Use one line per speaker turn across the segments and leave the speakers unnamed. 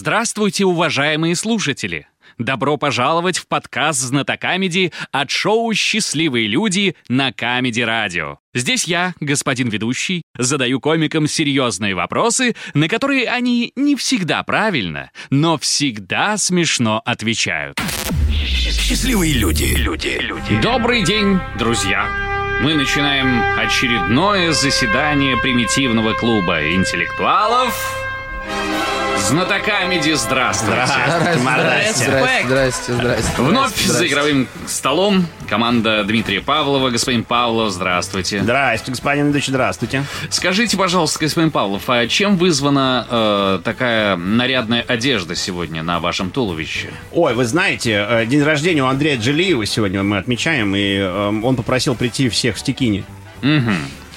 Здравствуйте, уважаемые слушатели! Добро пожаловать в подкаст «Знатокамеди» от шоу «Счастливые люди» на Камеди Радио. Здесь я, господин ведущий, задаю комикам серьезные вопросы, на которые они не всегда правильно, но всегда смешно отвечают.
Счастливые люди. Люди. Люди.
Добрый день, друзья! Мы начинаем очередное заседание примитивного клуба интеллектуалов. Знатокамеди, здравствуйте!
Здрасте, здрасте, здрасте.
Вновь
здрасте,
за
здрасте.
игровым столом команда Дмитрия Павлова. Господин Павлов, здравствуйте.
Здравствуйте, господин ведущий, здравствуйте.
Скажите, пожалуйста, господин Павлов, а чем вызвана э, такая нарядная одежда сегодня на вашем туловище?
Ой, вы знаете, э, день рождения у Андрея Джелиева сегодня мы отмечаем, и эм, он попросил прийти всех в стекине.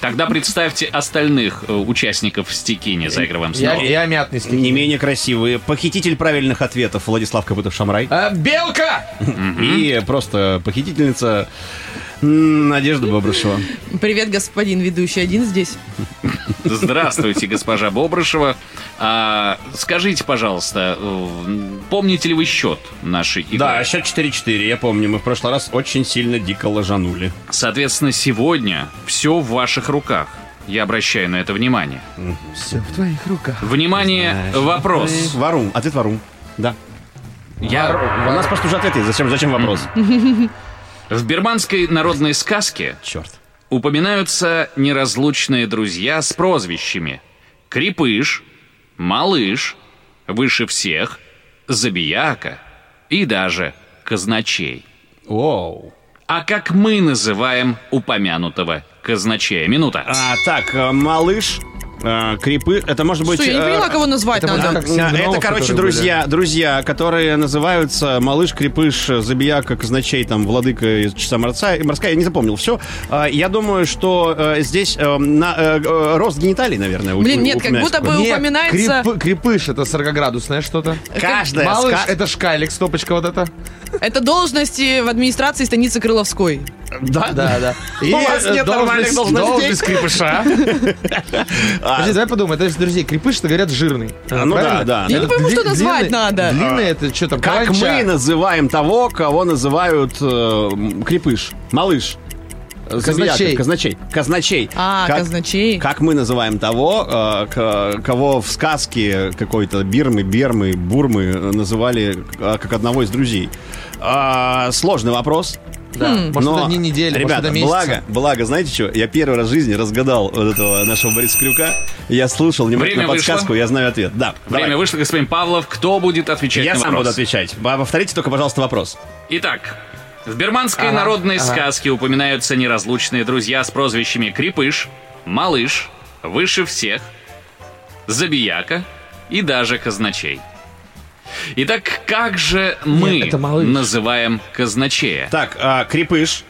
Тогда представьте остальных э, участников в стекине за игровым
Я,
столом.
я мятный
Не
слегка.
менее красивые. Похититель правильных ответов Владислав Копытов-Шамрай.
А, белка!
И просто похитительница м, Надежда Бобрышева.
Привет, господин ведущий. Один здесь.
Здравствуйте, госпожа Бобрышева. А, скажите, пожалуйста, э, помните ли вы счет нашей игры?
Да, счет 4-4, я помню, мы в прошлый раз очень сильно дико лажанули.
Соответственно, сегодня все в ваших руках. Я обращаю на это внимание.
Все в твоих руках.
Внимание, вопрос.
Варум, ответ варум. Да.
Я
У нас просто уже ответ есть, зачем, зачем вопрос?
в бирманской народной сказке
Черт.
упоминаются неразлучные друзья с прозвищами Крепыш, Малыш, Выше всех, Забияка и даже Казначей.
Воу.
А как мы называем упомянутого казначея? Минута.
А, так, э, малыш, э, крипы, это может быть...
Что, я не
э,
поняла, кого назвать
это
надо?
вот
А,
как сингнов,
Это, короче,
которые
друзья, друзья, которые называются Малыш, Крепыш, Забияка, Казначей, там, Владыка из Часа Морца, Морская, я не запомнил все. Я думаю, что э, здесь э, на, э, э, рост гениталий, наверное, у-
Блин,
у-
нет, как
упоминается
будто бы
такое.
Нет,
упоминается-
крепы- крепыш, это 40-градусное что-то.
Каждая
Малыш,
ска-
это шкалик, стопочка вот эта.
Это должности в администрации станицы Крыловской.
Да, да, да. И
У вас нет
э,
нормальных должностей?
должность крепыша. Подожди, давай подумаем, это же друзей, крепыш, что говорят, жирный.
А, ну
Правильно?
да, да.
Я не
да.
пойму, что
Дли-
назвать
длинный-
надо.
Длинный это что там?
Как
каланча.
мы называем того, кого называют э, м, Крепыш, Малыш, э, Забияка,
Казначей.
Казначей, Казначей.
А,
Как-
казначей.
Как мы называем того, э, к- кого в сказке какой-то Бирмы, Бермы, Бурмы э, называли э, как одного из друзей? А, сложный вопрос.
Да,
Хм.
Может,
но,
это дни недели, может,
ребята,
это месяцы.
благо, благо, знаете что? Я первый раз в жизни разгадал вот этого нашего Бориса Крюка. Я слушал внимательно
Время вышло.
подсказку, я знаю ответ. Да,
Время
давай.
вышло, господин Павлов. Кто будет отвечать
Я
на
сам буду
вопрос?
отвечать. Ба- Повторите только, пожалуйста, вопрос.
Итак, в бирманской
Ага,
народной
ага.
сказке упоминаются неразлучные друзья с прозвищами Крепыш, Малыш, Выше всех, Забияка и даже Казначей. Итак, как же мы
это Малыш.
называем казначея?
Так, а, Крепыш,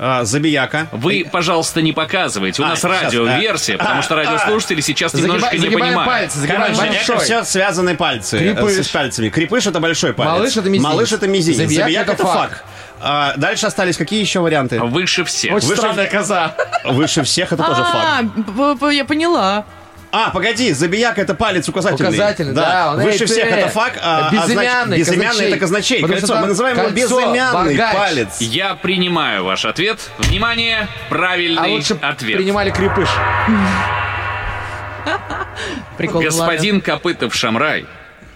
а, Забияка.
Вы,
Э,
пожалуйста, не показывайте. У
А,
нас
сейчас,
радиоверсия, потому что радиослушатели сейчас
А, Загиба-
немножечко не
загибаем
понимают.
пальцы, загибаем
Короче, это
большой.
все связаны пальцы.
Крепыш.
э, С пальцами. Крепыш это большой палец.
Малыш это мизинец.
Малыш это мизинец.
Забияка
Забияка
это
это фак. А, дальше остались какие еще варианты?
Выше всех.
Очень
Выше-
странная коза.
Выше всех это тоже
А,
фак.
п- п- я поняла.
А, погоди, забияка это палец указательный.
Указательный, да, он, эй,
Выше
ты,
всех это фак, а, а значит,
безымянный,
безымянный
казначей.
это казначей.
Потому что
Кольцо.
там
Мы называем его
кольцо,
безымянный
богач.
палец.
Я принимаю ваш ответ. Внимание,
А
правильный
лучше
ответ.
принимали крепыш.
Прикол. ладно.
Господин Копытов Шамрай,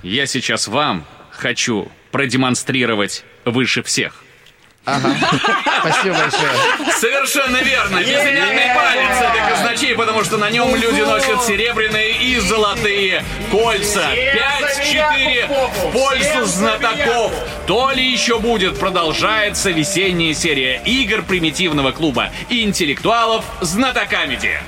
я сейчас вам хочу продемонстрировать выше всех.
Спасибо большое.
Совершенно верно. Безымянный палец это казначей, потому что на нем люди носят серебряные и золотые кольца. 5-4 в пользу знатоков. То ли еще будет, продолжается весенняя серия игр примитивного клуба интеллектуалов знатокамеди.